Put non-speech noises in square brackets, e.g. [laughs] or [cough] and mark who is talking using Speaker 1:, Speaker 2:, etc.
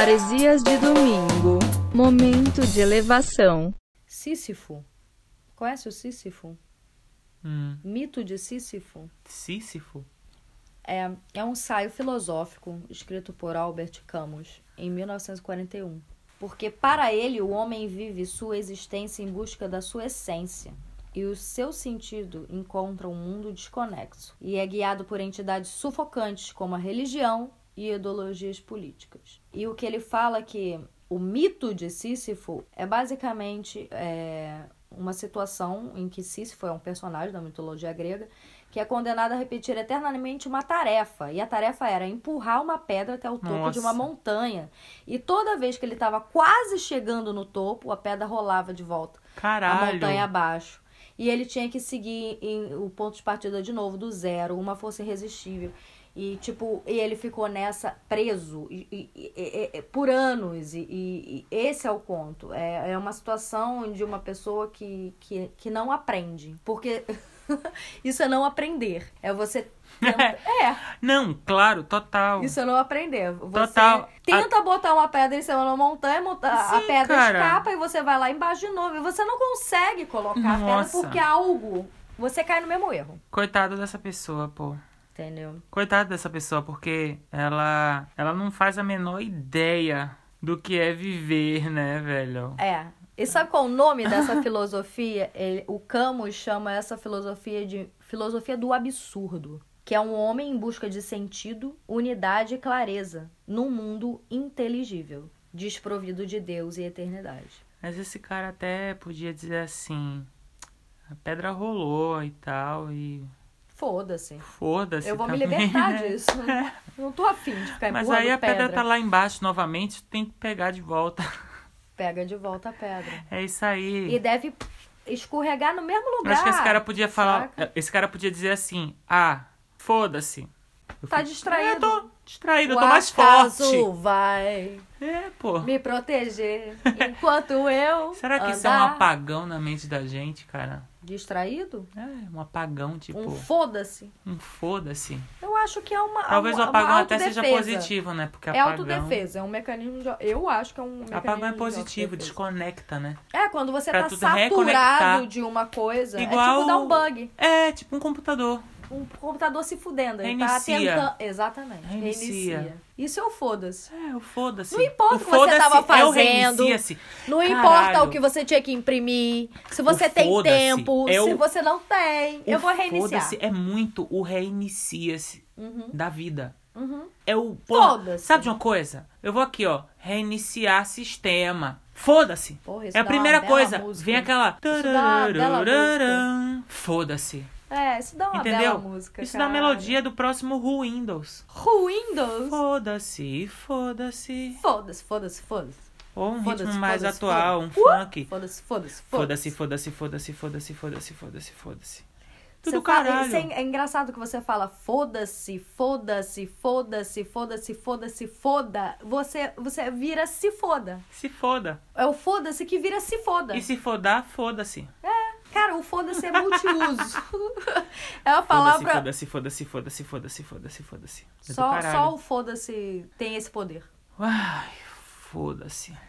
Speaker 1: Heresias de domingo. Momento de elevação.
Speaker 2: Sísifo. Conhece o Sísifo?
Speaker 3: Hum.
Speaker 2: Mito de Sísifo
Speaker 3: Sísifo?
Speaker 2: é, é um ensaio filosófico escrito por Albert Camus em 1941. Porque para ele o homem vive sua existência em busca da sua essência. E o seu sentido encontra um mundo desconexo e é guiado por entidades sufocantes como a religião e ideologias políticas. E o que ele fala é que o mito de Sísifo é basicamente é, uma situação em que Sísifo é um personagem da mitologia grega que é condenado a repetir eternamente uma tarefa. E a tarefa era empurrar uma pedra até o topo de uma
Speaker 3: Nossa.
Speaker 2: montanha. E toda vez que ele estava quase chegando no topo, a pedra rolava de volta a
Speaker 3: Caralho.
Speaker 2: montanha abaixo. E ele tinha que seguir em- o ponto de partida de novo, do zero, uma força irresistível. E, tipo, e ele ficou nessa preso e- e- e- e- e- por anos. E, e- e esse é o conto. É, é uma situação de uma pessoa que, que, que não aprende. Porque [laughs] isso é não aprender. É você. tenta- é,
Speaker 3: Não, claro, total.
Speaker 2: isso é não aprender. Você
Speaker 3: Total.
Speaker 2: tenta botar uma pedra em cima da montanha, monta- a
Speaker 3: Sim,
Speaker 2: pedra
Speaker 3: cara.
Speaker 2: escapa e você vai lá embaixo de novo. E você não consegue colocar a pedra
Speaker 3: Nossa.
Speaker 2: porque algo. Você cai no mesmo erro.
Speaker 3: Coitada dessa pessoa, pô.
Speaker 2: Entendeu?
Speaker 3: Coitada dessa pessoa, porque ela, ela não faz a menor ideia do que é viver, né, velho?
Speaker 2: É. E sabe qual o nome dessa [laughs] filosofia? Ele- o Camus chama essa filosofia de filosofia do absurdo. Que é um homem em busca de sentido, unidade e clareza num mundo inteligível, desprovido de Deus e eternidade.
Speaker 3: Mas esse cara até podia dizer assim: a pedra rolou e tal, e
Speaker 2: Foda-se.
Speaker 3: foda-se.
Speaker 2: Eu vou me
Speaker 3: também, [laughs]
Speaker 2: libertar
Speaker 3: né?
Speaker 2: disso. Não tô afim de ficar
Speaker 3: Mas
Speaker 2: empurrando
Speaker 3: aí a pedra.
Speaker 2: pedra.
Speaker 3: tá lá embaixo novamente, tem que pegar de volta. [laughs]
Speaker 2: Pega de volta a pedra.
Speaker 3: É isso aí.
Speaker 2: E deve escorregar no mesmo
Speaker 3: Eu
Speaker 2: lugar.
Speaker 3: acho que esse cara podia falar.
Speaker 2: saca?
Speaker 3: Esse cara podia dizer assim: ah, foda-se. Eu
Speaker 2: Tá
Speaker 3: fui-
Speaker 2: distraído.
Speaker 3: Eu tô distraído, eu
Speaker 2: O
Speaker 3: tô mais
Speaker 2: acaso
Speaker 3: forte.
Speaker 2: vai
Speaker 3: É, pô.
Speaker 2: me proteger enquanto eu
Speaker 3: Será que
Speaker 2: andar.
Speaker 3: isso é um apagão na mente da gente, cara?
Speaker 2: Distraído?
Speaker 3: É, um apagão, tipo,
Speaker 2: Um
Speaker 3: um,
Speaker 2: foda-se?
Speaker 3: foda-se.
Speaker 2: Eu acho que é uma
Speaker 3: Talvez o
Speaker 2: uma,
Speaker 3: apagão
Speaker 2: uma
Speaker 3: até seja
Speaker 2: autodefesa.
Speaker 3: positivo, né? Porque
Speaker 2: É
Speaker 3: apagão.
Speaker 2: autodefesa, é um mecanismo de... Eu acho que é um mecanismo
Speaker 3: Apagão é
Speaker 2: de
Speaker 3: positivo,
Speaker 2: autodefesa.
Speaker 3: desconecta, né?
Speaker 2: É, quando você
Speaker 3: Pra
Speaker 2: tá
Speaker 3: tu
Speaker 2: saturado
Speaker 3: reconectar.
Speaker 2: de uma coisa, é
Speaker 3: Igual-
Speaker 2: tipo dar um bug.
Speaker 3: É, tipo um computador.
Speaker 2: um computador se fudendo. Ele
Speaker 3: Reinicia.
Speaker 2: tá tentando. Exatamente. Reinicia.
Speaker 3: Reinicia.
Speaker 2: Isso é o foda-se.
Speaker 3: É, o foda-se.
Speaker 2: Não importa o que você
Speaker 3: foda-se
Speaker 2: tava
Speaker 3: é o
Speaker 2: fazendo.
Speaker 3: reinicia-se.
Speaker 2: Não
Speaker 3: Caralho.
Speaker 2: importa o que você tinha que imprimir, se você
Speaker 3: O
Speaker 2: tem
Speaker 3: foda-se
Speaker 2: tempo,
Speaker 3: é
Speaker 2: se
Speaker 3: o-
Speaker 2: você não tem. Eu
Speaker 3: O
Speaker 2: vou reiniciar.
Speaker 3: Foda-se é muito o reinicia-se
Speaker 2: Uhum,
Speaker 3: da vida.
Speaker 2: uhum.
Speaker 3: É o. porra,
Speaker 2: Foda-se.
Speaker 3: Sabe de uma coisa? Eu vou aqui, ó. Reiniciar sistema. Foda-se.
Speaker 2: Porra, isso
Speaker 3: É a
Speaker 2: dá uma
Speaker 3: primeira
Speaker 2: bela
Speaker 3: coisa.
Speaker 2: música.
Speaker 3: Vem aquela.
Speaker 2: dá uma bela
Speaker 3: Tararararam. Foda-se.
Speaker 2: É, isso dá uma bela
Speaker 3: Entendeu?
Speaker 2: música.
Speaker 3: Isso
Speaker 2: cara.
Speaker 3: da melodia do próximo Who Windows.
Speaker 2: Windows.
Speaker 3: Foda-se, foda-se.
Speaker 2: Foda-se, foda-se, foda-se.
Speaker 3: Ou um
Speaker 2: Foda-se,
Speaker 3: ritmo mais
Speaker 2: foda-se,
Speaker 3: atual, um
Speaker 2: foda-se.
Speaker 3: funk.
Speaker 2: Foda-se, foda-se,
Speaker 3: Foda-se, foda-se, foda-se, foda-se, foda-se, foda-se, foda-se.
Speaker 2: Você
Speaker 3: Tudo
Speaker 2: fala-
Speaker 3: caralho.
Speaker 2: isso é, é engraçado que você fala foda-se, foda-se, foda-se, foda-se, foda-se, foda. Você, você vira se foda.
Speaker 3: Se foda.
Speaker 2: É o foda-se que vira se foda.
Speaker 3: E se fodar, foda-se.
Speaker 2: Cara, o foda-se é
Speaker 3: [laughs]
Speaker 2: multiuso. é uma palavra.
Speaker 3: Foda-se, foda-se, foda-se, foda-se, foda-se, foda-se. É do
Speaker 2: Só,
Speaker 3: caralho.
Speaker 2: só o foda-se tem esse poder.
Speaker 3: Ai, foda-se.